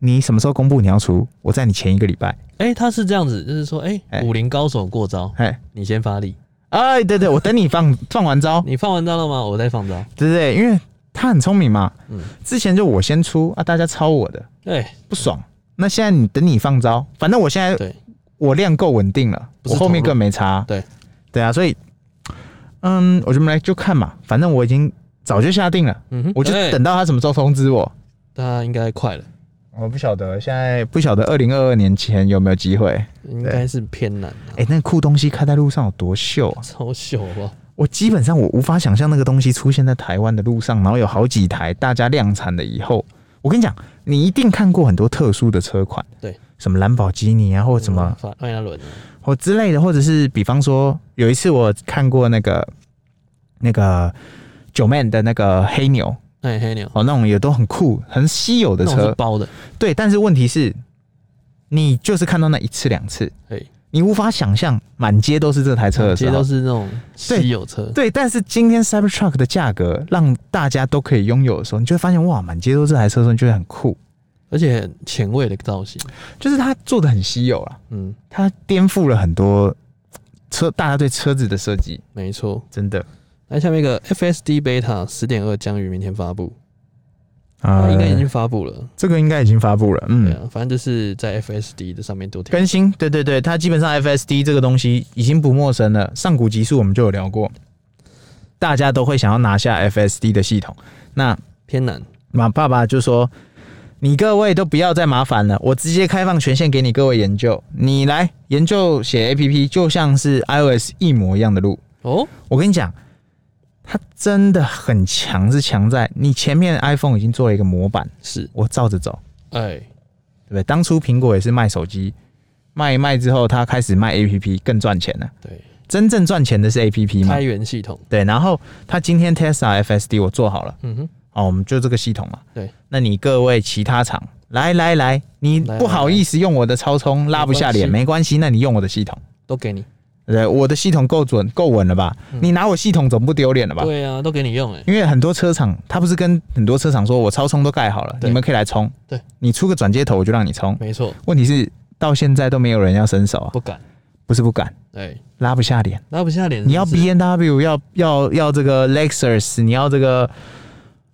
[SPEAKER 2] 你什么时候公布你要出？我在你前一个礼拜，
[SPEAKER 1] 哎、他是这样子，就是说，哎、
[SPEAKER 2] 哎
[SPEAKER 1] 武林高手过招，
[SPEAKER 2] 哎
[SPEAKER 1] 你先发力，
[SPEAKER 2] 哎，对对，我等你 放放完招，
[SPEAKER 1] 你放完招了吗？我再放招。
[SPEAKER 2] 对不对？因为他很聪明嘛，
[SPEAKER 1] 嗯
[SPEAKER 2] 之前就我先出啊，大家抄我的
[SPEAKER 1] 哎、
[SPEAKER 2] 不爽。那现在你等你放招，反正我现在
[SPEAKER 1] 对，
[SPEAKER 2] 我量够稳定了，
[SPEAKER 1] 不是
[SPEAKER 2] 我后面
[SPEAKER 1] 投入
[SPEAKER 2] 更没差。
[SPEAKER 1] 对，
[SPEAKER 2] 对啊，所以，嗯，我就来就看嘛，反正我已经早就下定了，
[SPEAKER 1] 嗯哼，
[SPEAKER 2] 我就
[SPEAKER 1] 对
[SPEAKER 2] 等到他什么时候通知我。
[SPEAKER 1] 他应该快了，
[SPEAKER 2] 我不晓得，现在不晓得二零二二年前有没有机会。
[SPEAKER 1] 应该是偏难、啊。
[SPEAKER 2] 哎、那个酷东西开在路上有多秀啊！
[SPEAKER 1] 超秀好不好？
[SPEAKER 2] 我基本上我无法想象那个东西出现在台湾的路上，然后有好几台大家量产了以后，我跟你讲，你一定看过很多特殊的车款，
[SPEAKER 1] 对，
[SPEAKER 2] 什么兰博基尼啊，或者什么
[SPEAKER 1] 嗯法迈阿伦啊？
[SPEAKER 2] 或之类的，或者是比方说，有一次我看过那个那个九妹的那个黑牛
[SPEAKER 1] 哎，黑牛，
[SPEAKER 2] 哦，那种也都很酷、很稀有的
[SPEAKER 1] 那种是
[SPEAKER 2] 车，
[SPEAKER 1] 包的，
[SPEAKER 2] 对。但是问题是，你就是看到那一次两次，
[SPEAKER 1] 哎，
[SPEAKER 2] 你无法想象满街都是这台车的
[SPEAKER 1] 哦其
[SPEAKER 2] 时
[SPEAKER 1] 实
[SPEAKER 2] 候
[SPEAKER 1] 都是那种稀有车，
[SPEAKER 2] 对，但是今天 Cybertruck 的价格让大家都可以拥有的时候，你就会发现哇，满街都这台车的时候，你就会很酷，
[SPEAKER 1] 而且很前卫的造型，
[SPEAKER 2] 就是它做的很稀有啦，
[SPEAKER 1] 嗯，
[SPEAKER 2] 它颠覆了很多车大家对车子的设计，
[SPEAKER 1] 没错。
[SPEAKER 2] 真的
[SPEAKER 1] 来，下面一个 FSD Beta 十点二将于明天发布，
[SPEAKER 2] 啊
[SPEAKER 1] 它应该已经发布了，
[SPEAKER 2] 这个应该已经发布了，嗯，
[SPEAKER 1] 对啊，反正就是在 FSD 的上面多听。
[SPEAKER 2] 更新，对对对，它基本上 FSD 这个东西已经不陌生了，上古集数我们就有聊过，大家都会想要拿下 FSD 的系统。那
[SPEAKER 1] 偏难，
[SPEAKER 2] 马爸爸就说，你各位都不要再麻烦了，我直接开放权限给你各位研究，你来研究写 APP，就像是 iOS 一模一样的路。
[SPEAKER 1] 哦，
[SPEAKER 2] 我跟你讲，它真的很强，是强在你前面 iPhone 已经做了一个模板，
[SPEAKER 1] 是，
[SPEAKER 2] 我照着走，
[SPEAKER 1] 哎，
[SPEAKER 2] 对不对？当初苹果也是卖手机，卖一卖之后，它开始卖 APP 更赚钱了。
[SPEAKER 1] 对，
[SPEAKER 2] 真正赚钱的是 APP 嘛
[SPEAKER 1] 开？源系统，
[SPEAKER 2] 对，然后它今天 Tesla FSD 我做好了，
[SPEAKER 1] 嗯哼，
[SPEAKER 2] 哦，我们就这个系统嘛。
[SPEAKER 1] 对，
[SPEAKER 2] 那你各位其他厂来来来，你
[SPEAKER 1] 来
[SPEAKER 2] 不好意思用我的超充拉不下脸，没关系，那你用我的系统，
[SPEAKER 1] 都给你，
[SPEAKER 2] 对不对，我的系统够准够稳了吧？你拿我系统总不丢脸了吧？
[SPEAKER 1] 对啊，都给你用，哎，
[SPEAKER 2] 因为很多车厂，他不是跟很多车厂说，我超充都盖好了，
[SPEAKER 1] 对
[SPEAKER 2] 你们可以来充。
[SPEAKER 1] 对，
[SPEAKER 2] 你出个转接头，我就让你充。
[SPEAKER 1] 没错，
[SPEAKER 2] 问题是到现在都没有人要伸手啊，
[SPEAKER 1] 不敢，
[SPEAKER 2] 不是不敢，
[SPEAKER 1] 哎，
[SPEAKER 2] 拉不下脸。
[SPEAKER 1] 拉不下脸，
[SPEAKER 2] 你要
[SPEAKER 1] 嗯是不
[SPEAKER 2] B
[SPEAKER 1] 是
[SPEAKER 2] N W，要要要这个 Lexus，你要这个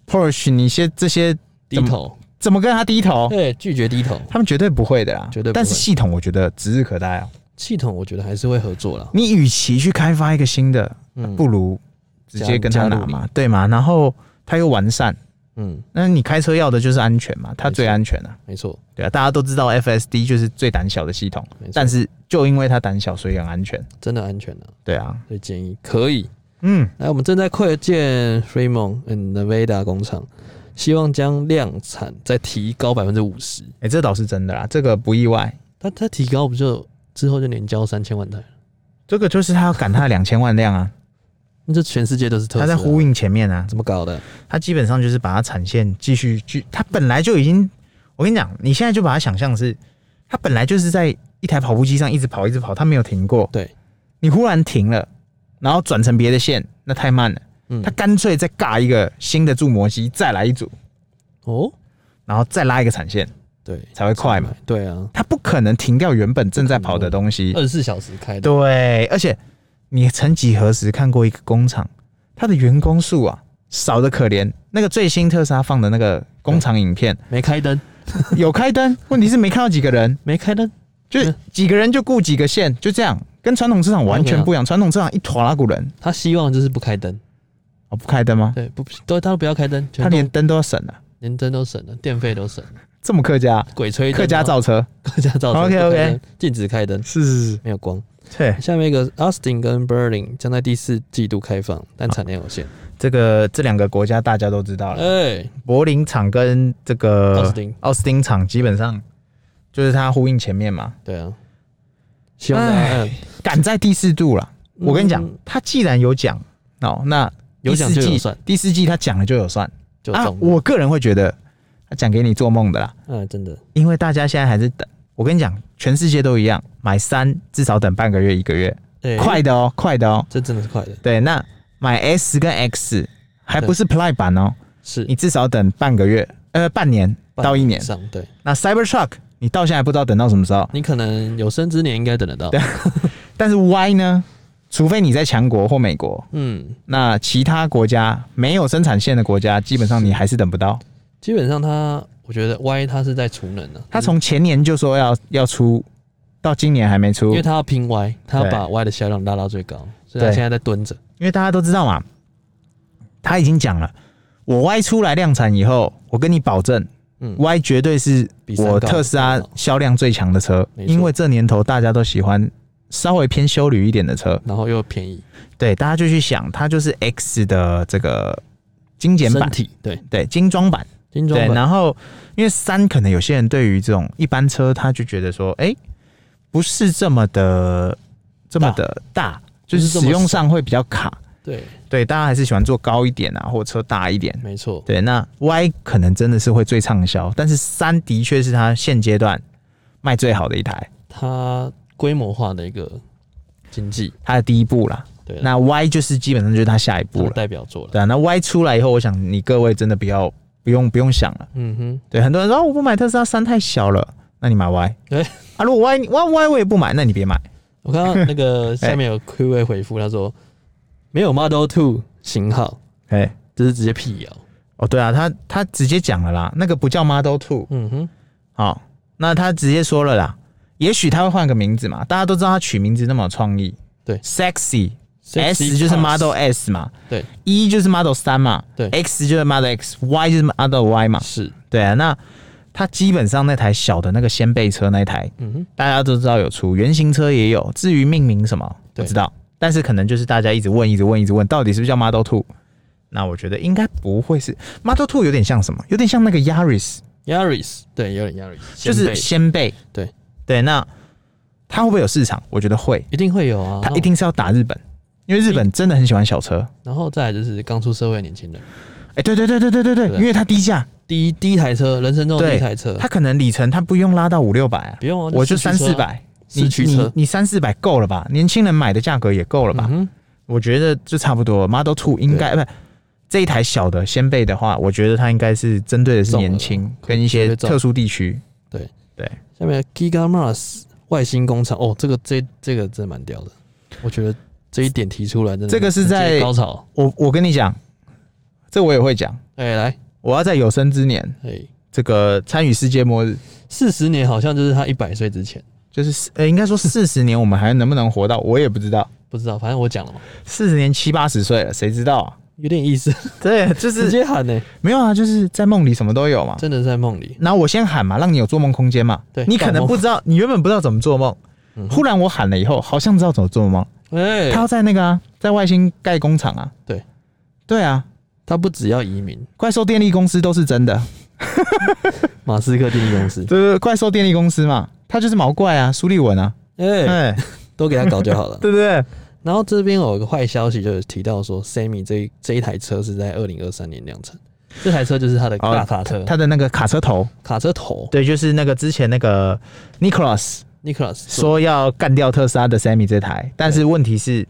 [SPEAKER 2] Porsche，你些这些
[SPEAKER 1] 低头，
[SPEAKER 2] 怎么跟哦他低头？
[SPEAKER 1] 对，拒绝低头，
[SPEAKER 2] 他们绝对不会的啦，
[SPEAKER 1] 绝对不会
[SPEAKER 2] 但是系统我觉得指日可待啊。
[SPEAKER 1] 系统我觉得还是会合作啦，
[SPEAKER 2] 你与其去开发一个新的，
[SPEAKER 1] 嗯，
[SPEAKER 2] 不，如直接跟他
[SPEAKER 1] 加入
[SPEAKER 2] 拿嘛，对嘛？然后它又完善，
[SPEAKER 1] 嗯，
[SPEAKER 2] 那你开车要的就是安全嘛，它最安全啊。
[SPEAKER 1] 没错，
[SPEAKER 2] 对啊，大家都知道 FSD 就是最胆小的系统
[SPEAKER 1] 没错，
[SPEAKER 2] 但是就因为它胆小，所以很安全。
[SPEAKER 1] 真的安全啊，
[SPEAKER 2] 对啊，
[SPEAKER 1] 所以建议可以。
[SPEAKER 2] 嗯，
[SPEAKER 1] 来，我们正在扩建 Fremont and Nevada 工厂，希望将量产再提高百分之五十。
[SPEAKER 2] 哎、这倒是真的啦，这个不意外。
[SPEAKER 1] 它它提高不就之后就年交三千万台了？
[SPEAKER 2] 这个就是他要赶他两千万辆啊，
[SPEAKER 1] 那这全世界都是特斯拉。
[SPEAKER 2] 他在呼应前面啊，
[SPEAKER 1] 怎么搞的？
[SPEAKER 2] 它基本上就是把它产线继续去，它本来就已经，我跟你讲，你现在就把它想象是，它本来就是在一台跑步机上一直跑一直跑，它没有停过。
[SPEAKER 1] 对，
[SPEAKER 2] 你忽然停了，然后转成别的线，那太慢了，
[SPEAKER 1] 嗯
[SPEAKER 2] 它，干脆再尬一个新的铸模机，再来一组，
[SPEAKER 1] 哦，
[SPEAKER 2] 然后再拉一个产线
[SPEAKER 1] 对，
[SPEAKER 2] 才会快嘛。？
[SPEAKER 1] 对啊，
[SPEAKER 2] 它不可能停掉原本正在跑的东西。
[SPEAKER 1] 二十四小时开的，
[SPEAKER 2] 对，而且你曾几何时看过一个工厂，它的员工数啊少的可怜。那个最新特斯拉放的那个工厂影 片，
[SPEAKER 1] 没开灯，
[SPEAKER 2] 有开灯，问题是没看到几个人，
[SPEAKER 1] 没开灯，
[SPEAKER 2] 就是几个人就顾几个线，就这样，跟传统市场完全不
[SPEAKER 1] 啊
[SPEAKER 2] 一样。传统市场一坨拉古人，
[SPEAKER 1] 他希望就是不开灯，
[SPEAKER 2] 哦，不开灯吗？
[SPEAKER 1] 对，不都他都不要开灯，全
[SPEAKER 2] 他
[SPEAKER 1] 部
[SPEAKER 2] 连灯都要省了，
[SPEAKER 1] 连灯都省了，电费都省了，
[SPEAKER 2] 这么客家，
[SPEAKER 1] 鬼吹灯哦啊
[SPEAKER 2] 客家，造车，
[SPEAKER 1] 客家照
[SPEAKER 2] OK，OK
[SPEAKER 1] 禁止开灯，
[SPEAKER 2] 是是是，
[SPEAKER 1] 没有光。
[SPEAKER 2] 对，
[SPEAKER 1] 下面一个 Austin 跟 Berlin 将在第四季度开放，但产量有限。
[SPEAKER 2] 这个这两个国家大家都知道了，
[SPEAKER 1] 哎，
[SPEAKER 2] 柏林厂跟这个
[SPEAKER 1] 奥斯汀
[SPEAKER 2] 奥斯汀厂基本上就是它呼应前面嘛，
[SPEAKER 1] 对啊，希望大家嗯
[SPEAKER 2] 赶在第四度了。哎我跟你讲
[SPEAKER 1] 嗯，
[SPEAKER 2] 他既然有讲哦，那
[SPEAKER 1] 有讲就有
[SPEAKER 2] 第四季
[SPEAKER 1] 算，
[SPEAKER 2] 第四季他讲了就有算
[SPEAKER 1] 就
[SPEAKER 2] 啊。
[SPEAKER 1] 中了。
[SPEAKER 2] 我个人会觉得他讲给你做梦的啦，
[SPEAKER 1] 嗯，真的
[SPEAKER 2] 因为大家现在还是等。我跟你讲，全世界都一样，买三至少等半个月一个月，
[SPEAKER 1] 哎
[SPEAKER 2] 快的哦，快的哦。
[SPEAKER 1] 这真的是快的，
[SPEAKER 2] 对，那买 S 跟 X 还不是 Play 版哦，
[SPEAKER 1] 是
[SPEAKER 2] 你至少等半个月，呃，半年到一年啊
[SPEAKER 1] 以。上。对
[SPEAKER 2] 那 Cybertruck 你到现在不知道等到什么时候，
[SPEAKER 1] 你可能有生之年应该等得到。
[SPEAKER 2] 啊但是 Y 呢？除非你在强国或美国，
[SPEAKER 1] 嗯，
[SPEAKER 2] 那其他国家没有生产线的国家，基本上你还是等不到。
[SPEAKER 1] 基本上它，我觉得 Y 它是在储能呢、啊，
[SPEAKER 2] 他从前年就说要要出，到今年还没出，
[SPEAKER 1] 因为
[SPEAKER 2] 因
[SPEAKER 1] 它要拼 Y，它要
[SPEAKER 2] 对
[SPEAKER 1] 把 Y 的销量拉到最高，所以它
[SPEAKER 2] 对
[SPEAKER 1] 现在在蹲着。
[SPEAKER 2] 为大家都知道嘛，他已经讲了，我 Y 出来量产以后，我跟你保证。
[SPEAKER 1] 嗯
[SPEAKER 2] Y 绝对是
[SPEAKER 1] 比三高
[SPEAKER 2] 我特斯拉销量最强的车，
[SPEAKER 1] 没错
[SPEAKER 2] 因为这年头大家都喜欢稍微偏修旅一点的车。
[SPEAKER 1] 然后又便宜，
[SPEAKER 2] 对，大家就去想，它就是 X 的这个精简
[SPEAKER 1] 身
[SPEAKER 2] 版，
[SPEAKER 1] 体对
[SPEAKER 2] 对，精装版。
[SPEAKER 1] 精装
[SPEAKER 2] 对，
[SPEAKER 1] 版
[SPEAKER 2] 然后因为三可能有些人对于这种一般车，他就觉得说，哎、不是这么的这么的大，就是
[SPEAKER 1] 不是这
[SPEAKER 2] 使
[SPEAKER 1] 么
[SPEAKER 2] 用上会比较卡。
[SPEAKER 1] 对，
[SPEAKER 2] 对，大家还是喜欢坐高一点啊，或车大一点。
[SPEAKER 1] 没错，
[SPEAKER 2] 对，那 Y 可能真的是会最畅销，但是三的确是它现阶段卖最好的一台，
[SPEAKER 1] 它规模化的一个经济，
[SPEAKER 2] 它的第一步啦。
[SPEAKER 1] 对啊，
[SPEAKER 2] 那 Y 就是基本上就是它下一
[SPEAKER 1] 它
[SPEAKER 2] 步
[SPEAKER 1] 的
[SPEAKER 2] 了。
[SPEAKER 1] 代表作了。
[SPEAKER 2] 对啊，那 Y 出来以后，我想你各位真的不要不用不用想了。
[SPEAKER 1] 嗯哼，
[SPEAKER 2] 对，很多人说、哦、我不买特斯拉三太小了，那你买 Y。
[SPEAKER 1] 对
[SPEAKER 2] 啊，如果 Y Y Y 我也不买，那你别买。
[SPEAKER 1] 我看到那个下 面有
[SPEAKER 2] 哎
[SPEAKER 1] Q&A 回复，他说没有 Model Two 型号，
[SPEAKER 2] 哎，
[SPEAKER 1] 这是直接辟谣。
[SPEAKER 2] 哦，对啊，他他直接讲了啦，那个不叫 Model Two
[SPEAKER 1] 嗯哼，
[SPEAKER 2] 好、那他直接说了啦，也许他会换个名字嘛，大家都知道他取名字那么有创意，
[SPEAKER 1] 对
[SPEAKER 2] ，sexy S 就是 Model S 嘛，
[SPEAKER 1] 对
[SPEAKER 2] ，E 就是 Model 三嘛，
[SPEAKER 1] 对
[SPEAKER 2] ，X 就是 Model X，Y 就是 Model Y 嘛，
[SPEAKER 1] 是
[SPEAKER 2] 对啊，那它基本上那台小的那个掀背车那一台，
[SPEAKER 1] 嗯哼，
[SPEAKER 2] 大家都知道有出，原型车也有。至于命名什么，不
[SPEAKER 1] 对
[SPEAKER 2] 知道，但是可能就是大家一直问，一直问，一直问，到底是不是叫 Model Two？那我觉得应该不会是 Model Two，有点像什么？有点像那个 Yaris，
[SPEAKER 1] Yaris，对，有点 Yaris，
[SPEAKER 2] 就是
[SPEAKER 1] 掀背
[SPEAKER 2] 掀背。
[SPEAKER 1] 对
[SPEAKER 2] 对，那它会不会有市场？我觉得会，
[SPEAKER 1] 一定会有啊，
[SPEAKER 2] 它一定是要打日本，因为日本真的很喜欢小车。
[SPEAKER 1] 然后。然后再来就是刚出社会的年轻人，
[SPEAKER 2] 哎、对对对对对对对，
[SPEAKER 1] 对
[SPEAKER 2] 因为它低价，
[SPEAKER 1] 第一第一台车，人生中的
[SPEAKER 2] 对
[SPEAKER 1] 第一台车，
[SPEAKER 2] 它可能里程它不用拉到五六百啊
[SPEAKER 1] 不，用啊，
[SPEAKER 2] 我就
[SPEAKER 1] 市
[SPEAKER 2] 三
[SPEAKER 1] 区车
[SPEAKER 2] 四，百，你
[SPEAKER 1] 市区
[SPEAKER 2] 你
[SPEAKER 1] 车
[SPEAKER 2] 你三四百够了吧？年轻人买的价格也够了吧？
[SPEAKER 1] 嗯哼，
[SPEAKER 2] 我觉得就差不多了。Model Two 应该不这一台小的先辈的话，我觉得它应该是针对的是
[SPEAKER 1] 中了
[SPEAKER 2] 年轻
[SPEAKER 1] 可
[SPEAKER 2] 跟一
[SPEAKER 1] 绝
[SPEAKER 2] 些
[SPEAKER 1] 对中
[SPEAKER 2] 特殊地区。
[SPEAKER 1] 对
[SPEAKER 2] 对，
[SPEAKER 1] 下面 Giga Mars 外星工厂，哦，这个这这个真的蛮屌的，我觉得这一点提出来真的
[SPEAKER 2] 这个是
[SPEAKER 1] 直接
[SPEAKER 2] 在
[SPEAKER 1] 高潮，
[SPEAKER 2] 我我跟你讲，这我也会讲。
[SPEAKER 1] 哎，来，
[SPEAKER 2] 我要在有生之年，
[SPEAKER 1] 哎，
[SPEAKER 2] 这个参与世界末日，
[SPEAKER 1] 四十年好像就是他一百岁之前，
[SPEAKER 2] 就是四呃，应该说四十年，我们还能不能活到，我也不知道。
[SPEAKER 1] 不知道，反正我讲了嘛，
[SPEAKER 2] 四十年七八十岁了，谁知道啊？
[SPEAKER 1] 有点意思，
[SPEAKER 2] 对，就
[SPEAKER 1] 直
[SPEAKER 2] 是
[SPEAKER 1] 接喊呢、欸
[SPEAKER 2] 没有啊，就是在梦里什么都有嘛。
[SPEAKER 1] 真的在梦里，
[SPEAKER 2] 然后我先喊嘛，让你有做梦空间嘛。
[SPEAKER 1] 对
[SPEAKER 2] 你可
[SPEAKER 1] 做
[SPEAKER 2] 能
[SPEAKER 1] 梦
[SPEAKER 2] 不知道，你原本不知道怎么做梦，
[SPEAKER 1] 嗯哼
[SPEAKER 2] 忽然我喊了以后，好像知道怎么做梦。
[SPEAKER 1] 哎、
[SPEAKER 2] 他要
[SPEAKER 1] 他
[SPEAKER 2] 在那个啊，在外星盖工厂啊。
[SPEAKER 1] 对，
[SPEAKER 2] 对啊，
[SPEAKER 1] 他不只要移民，
[SPEAKER 2] 怪兽电力公司都是真的，
[SPEAKER 1] 马斯克电力公 司，
[SPEAKER 2] 对对，对怪兽电力公司嘛，他就是毛怪啊，苏利文啊，
[SPEAKER 1] 哎、
[SPEAKER 2] 哎，
[SPEAKER 1] 都给他搞就好了。
[SPEAKER 2] 对不对？
[SPEAKER 1] 然后这边有一个坏消息，就是提到说，Sammy 这一这一台车是在二零二三年量产，这台车就是他的
[SPEAKER 2] 哦
[SPEAKER 1] 大卡车，
[SPEAKER 2] 他的那个卡车头，
[SPEAKER 1] 卡车头
[SPEAKER 2] 对，就是那个之前那个 Nicholas
[SPEAKER 1] Nicholas 说
[SPEAKER 2] 说要干掉特斯拉的 Sammy 这台，但是问题是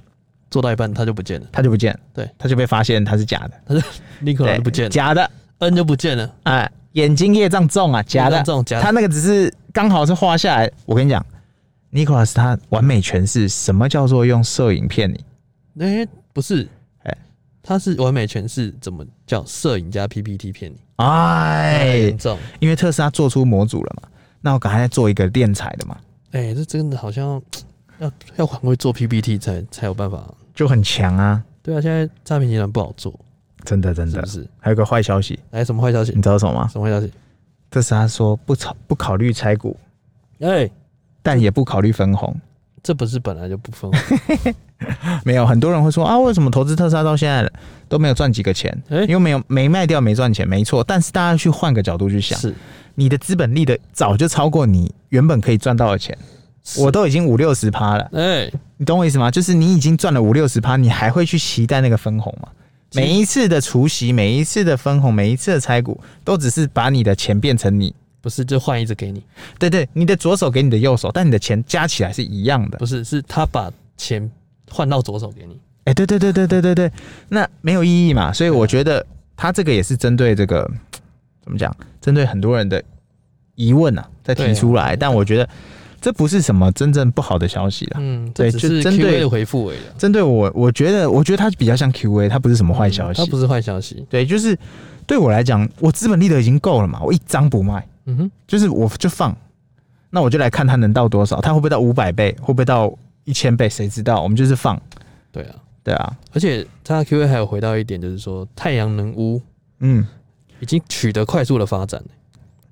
[SPEAKER 1] 做到一半他就不见了
[SPEAKER 2] 他就不见了，
[SPEAKER 1] 对，
[SPEAKER 2] 他就被发现他是假的，
[SPEAKER 1] ，Nicholas 就不见了
[SPEAKER 2] 假的，
[SPEAKER 1] ，N 就不见了，
[SPEAKER 2] 哎，眼睛业障重啊，假的，
[SPEAKER 1] 这种假
[SPEAKER 2] 他
[SPEAKER 1] 的，
[SPEAKER 2] 那个只是刚好是画下来。我跟你讲，Nicholas 他完美诠释什么叫做用摄影骗你。
[SPEAKER 1] 哎、不是，
[SPEAKER 2] 哎
[SPEAKER 1] 他是完美诠释怎么叫摄影加 PPT 骗你，太
[SPEAKER 2] 哎
[SPEAKER 1] 严，重，
[SPEAKER 2] 因为特斯拉做出模组了嘛，那我赶快再做一个练彩的嘛，
[SPEAKER 1] 哎、这真的好像要要很会做 PPT 才才有办法。
[SPEAKER 2] 就很强啊，
[SPEAKER 1] 对啊，现在诈骗集团不好做，
[SPEAKER 2] 真的真
[SPEAKER 1] 是
[SPEAKER 2] 的
[SPEAKER 1] 不。是？
[SPEAKER 2] 还有个坏消息，
[SPEAKER 1] 来，什么坏消息
[SPEAKER 2] 你？知道什么吗？
[SPEAKER 1] 什么坏消息？
[SPEAKER 2] 特斯拉说不考不考虑拆股，
[SPEAKER 1] 哎、
[SPEAKER 2] 但也不考虑分红。
[SPEAKER 1] 这不是本来就不 分红？
[SPEAKER 2] 没有很多人会说啊，为什么投资特斯拉到现在了都没有赚几个钱？
[SPEAKER 1] 哎
[SPEAKER 2] 因为没有没卖掉没赚钱，没错。但是大家去换个角度去想，
[SPEAKER 1] 是，
[SPEAKER 2] 你的资本利得早就超过你原本可以赚到的钱。
[SPEAKER 1] 是
[SPEAKER 2] 我都已经五六十趴了，
[SPEAKER 1] 哎、
[SPEAKER 2] 你懂我意思吗？就是你已经赚了五六十趴，你还会去期待那个分红吗？
[SPEAKER 1] 其实
[SPEAKER 2] 每一次的除息，每一次的分红，每一次的拆股，都只是把你的钱变成你，
[SPEAKER 1] 不是就换一只给你，
[SPEAKER 2] 对对，你的左手给你的右手，但你的钱加起来是一样的。
[SPEAKER 1] 不是是他把钱换到左手给你，
[SPEAKER 2] 哎、对对对对对对对，那没有意义嘛。所以
[SPEAKER 1] 嗯
[SPEAKER 2] 我觉得他这个也是针对这个怎么讲，针对很多人的疑问啊，再提出来。但我觉得这不是什么真正不好的消息啦。
[SPEAKER 1] 嗯，
[SPEAKER 2] 对
[SPEAKER 1] 这只是
[SPEAKER 2] 就针对
[SPEAKER 1] Q&A 的回复而已啊啦。
[SPEAKER 2] 针对我，我觉得，我觉得它比较像 Q A，它不是什么坏消息。
[SPEAKER 1] 它嗯不是坏消息，
[SPEAKER 2] 对，就是对我来讲，我资本利得已经够了嘛，我一张不卖，
[SPEAKER 1] 嗯哼，
[SPEAKER 2] 就是我就放，那我就来看它能到多少，它会不会到五百倍，会不会到一千倍，谁知道？我们就是放，
[SPEAKER 1] 对啊，
[SPEAKER 2] 对啊，
[SPEAKER 1] 而且它 Q&A 还有回到一点，就是说太阳能屋
[SPEAKER 2] 嗯，
[SPEAKER 1] 已经取得快速的发展、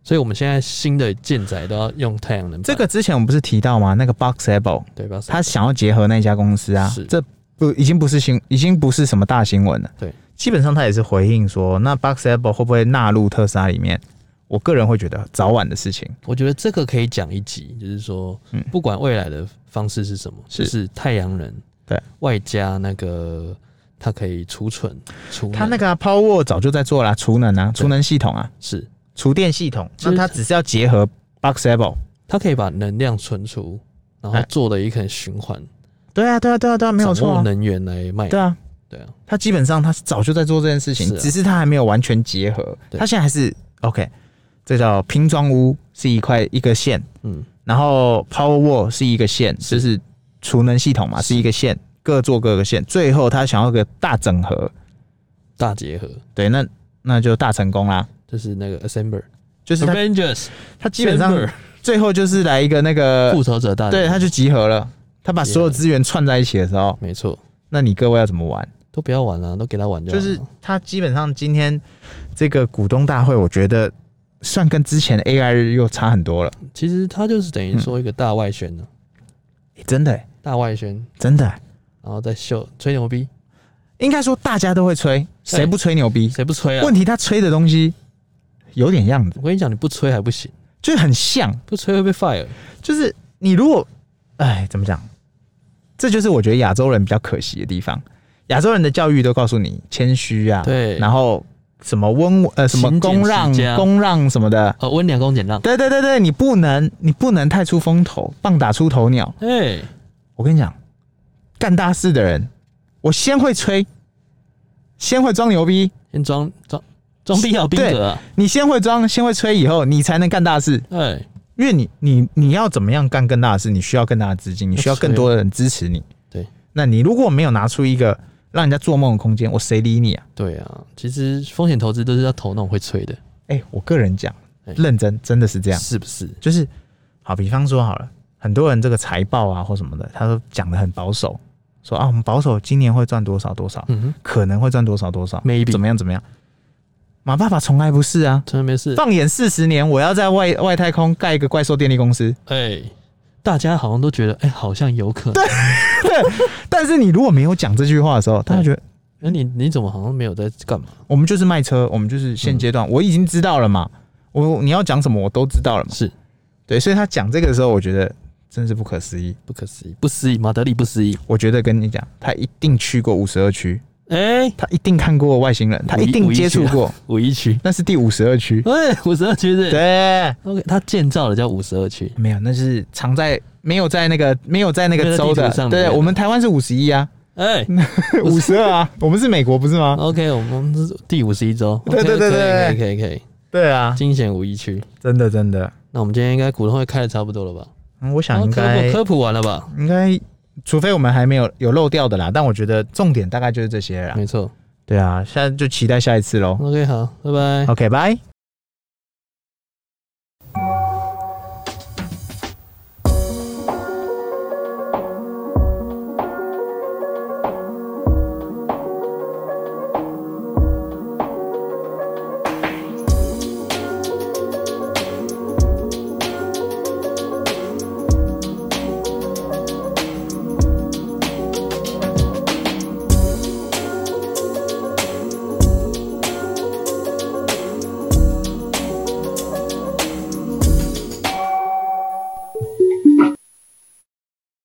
[SPEAKER 1] 所以我们现在新的建材都要用太阳能板，
[SPEAKER 2] 这个之前我们不是提到吗？那个 Boxable，
[SPEAKER 1] 对吧？
[SPEAKER 2] 他想要结合那家公司啊
[SPEAKER 1] 是，
[SPEAKER 2] 这不已经不是新，已经不是什么大新闻了。
[SPEAKER 1] 对，
[SPEAKER 2] 基本上他也是回应说，那 Boxable 会不会纳入特斯拉里面？我个人会觉得早晚的事情。
[SPEAKER 1] 我觉得这个可以讲一集，就是说
[SPEAKER 2] 嗯，
[SPEAKER 1] 不管未来的方式是什么，
[SPEAKER 2] 是
[SPEAKER 1] 就是太阳能，
[SPEAKER 2] 对，
[SPEAKER 1] 外加那个它可以储存储能，
[SPEAKER 2] 他那个、啊、Power 早就在做啦，储能啊，
[SPEAKER 1] 对
[SPEAKER 2] 储能系统啊，
[SPEAKER 1] 是
[SPEAKER 2] 厨电系统，
[SPEAKER 1] 其实
[SPEAKER 2] 那它只是要结合 Boxable。
[SPEAKER 1] 它可以把能量存储，然后
[SPEAKER 2] 哎
[SPEAKER 1] 做了一个循环，
[SPEAKER 2] 对啊，对啊，对啊，对啊，没有
[SPEAKER 1] 掌
[SPEAKER 2] 错、
[SPEAKER 1] 握
[SPEAKER 2] 啊。
[SPEAKER 1] 能源来卖，
[SPEAKER 2] 对啊，
[SPEAKER 1] 对啊，
[SPEAKER 2] 它基本上它早就在做这件事情，
[SPEAKER 1] 是啊
[SPEAKER 2] 只是它还没有完全结合。
[SPEAKER 1] 对
[SPEAKER 2] 它现在还是 OK，这叫拼装屋是一块一个线，
[SPEAKER 1] 嗯，
[SPEAKER 2] 然后 Power Wall 是一个线，就是储能系统嘛，
[SPEAKER 1] 是
[SPEAKER 2] 是一个线，各做各个线，最后它想要个大整合，
[SPEAKER 1] 大结合
[SPEAKER 2] 对，那那就大成功啦。
[SPEAKER 1] 就是那个 Assembler
[SPEAKER 2] 就是它
[SPEAKER 1] Avengers，呃
[SPEAKER 2] 它基本上
[SPEAKER 1] Assembler，
[SPEAKER 2] 最后就是来一个那个
[SPEAKER 1] 呃复仇者大
[SPEAKER 2] 对，
[SPEAKER 1] 战，
[SPEAKER 2] 它就集合了。它把所有资源串在一起的时候，
[SPEAKER 1] 没错，
[SPEAKER 2] 那你各位要怎么玩？
[SPEAKER 1] 都不要玩了、都给他玩就好
[SPEAKER 2] 就
[SPEAKER 1] 了
[SPEAKER 2] 是它基本上今天这个股东大会，我觉得算跟之前的 AI 日又差很多了。
[SPEAKER 1] 其实它就是等于说一个大外宣呢、
[SPEAKER 2] 欸真的、欸，
[SPEAKER 1] 大外宣，
[SPEAKER 2] 真的欸、
[SPEAKER 1] 然后再秀吹牛逼，
[SPEAKER 2] 应该说大家都会吹，谁不吹牛逼？
[SPEAKER 1] 谁不吹啊？
[SPEAKER 2] 问题他吹的东西有点样子，
[SPEAKER 1] 我跟你讲，你不吹还不行，
[SPEAKER 2] 就是很像，
[SPEAKER 1] 不吹会被 fire。
[SPEAKER 2] 就是你如果，哎，怎么讲？这就是我觉得亚洲人比较可惜的地方。亚洲人的教育都告诉你谦虚啊，
[SPEAKER 1] 对
[SPEAKER 2] 然后什么温呃什么
[SPEAKER 1] 勤俭
[SPEAKER 2] 公让
[SPEAKER 1] 持家
[SPEAKER 2] 公让什么的，
[SPEAKER 1] 呃，温良恭俭让，
[SPEAKER 2] 对对对对，你不能你不能太出风头，棒打出头鸟。
[SPEAKER 1] 哎，
[SPEAKER 2] 我跟你讲，干大事的人，我先会吹，先会装牛逼，
[SPEAKER 1] 先装装装逼要逼格啊，
[SPEAKER 2] 你先会装，先会吹，以后你才能干大事。
[SPEAKER 1] 哎，
[SPEAKER 2] 因为你你你要怎么样干更大的事，你需要更大的资金，你需要更多的人支持你。
[SPEAKER 1] 对，
[SPEAKER 2] 那你如果没有拿出一个让人家做梦的空间，我谁理你啊？
[SPEAKER 1] 对啊，其实风险投资都是要投那种会吹的，
[SPEAKER 2] 哎、我个人讲，
[SPEAKER 1] 哎
[SPEAKER 2] 认真真的是这样，
[SPEAKER 1] 是不是？
[SPEAKER 2] 就是好，比方说好了，很多人这个财报啊或什么的，他都讲的很保守，说啊我们保守今年会赚多少多少，
[SPEAKER 1] 嗯哼，
[SPEAKER 2] 可能会赚多少多少
[SPEAKER 1] Maybe
[SPEAKER 2] 怎么样怎么样。马爸爸从来不是啊，
[SPEAKER 1] 真的没事。
[SPEAKER 2] 放眼四十年，我要在外外太空盖一个怪兽电力公司。
[SPEAKER 1] 哎，大家好像都觉得，哎，好像有可能。
[SPEAKER 2] 但是你如果没有讲这句话的时候，他会觉得
[SPEAKER 1] 那你你怎么好像没有在干嘛？
[SPEAKER 2] 我们就是卖车，我们就是现阶
[SPEAKER 1] 嗯
[SPEAKER 2] 段、我已经知道了嘛，我你要讲什么我都知道了嘛。
[SPEAKER 1] 是
[SPEAKER 2] 对，所以他讲这个的时候，我觉得真是不可思议。
[SPEAKER 1] 不可思议，不思议，马德里不思议。
[SPEAKER 2] 我觉得跟你讲，他一定去过五十二区，
[SPEAKER 1] 哎，
[SPEAKER 2] 他一定看过外星人，他一定接触过，
[SPEAKER 1] 五啊一区，
[SPEAKER 2] 那是第五十 二区。
[SPEAKER 1] 哎，五十二区是
[SPEAKER 2] 对，
[SPEAKER 1] OK，他建造的叫五十二区，
[SPEAKER 2] 没有，那是藏在没有在那个没有在那
[SPEAKER 1] 没
[SPEAKER 2] 个
[SPEAKER 1] 有在
[SPEAKER 2] 州的
[SPEAKER 1] 地图。上
[SPEAKER 2] 对，
[SPEAKER 1] 面
[SPEAKER 2] 我们台湾是五十一啊，
[SPEAKER 1] 哎
[SPEAKER 2] 五十二啊，我们是美国不是吗？
[SPEAKER 1] ，OK，我们我们是第五十一周，
[SPEAKER 2] 对对对对对
[SPEAKER 1] 可以可以可以可以，
[SPEAKER 2] 对啊，
[SPEAKER 1] 惊险五一区。
[SPEAKER 2] 真的真的，
[SPEAKER 1] 那我们今天应该股东会开的差不多了吧？
[SPEAKER 2] 嗯，我想
[SPEAKER 1] 然后
[SPEAKER 2] 应
[SPEAKER 1] 哦科
[SPEAKER 2] 该
[SPEAKER 1] 普科普完了吧？
[SPEAKER 2] 应该，除非我们还没有有漏掉的啦，但我觉得重点大概就是这些了啦。
[SPEAKER 1] 没错。
[SPEAKER 2] 对啊，现在就期待下一次喽。
[SPEAKER 1] OK，好，拜拜。
[SPEAKER 2] OK，拜。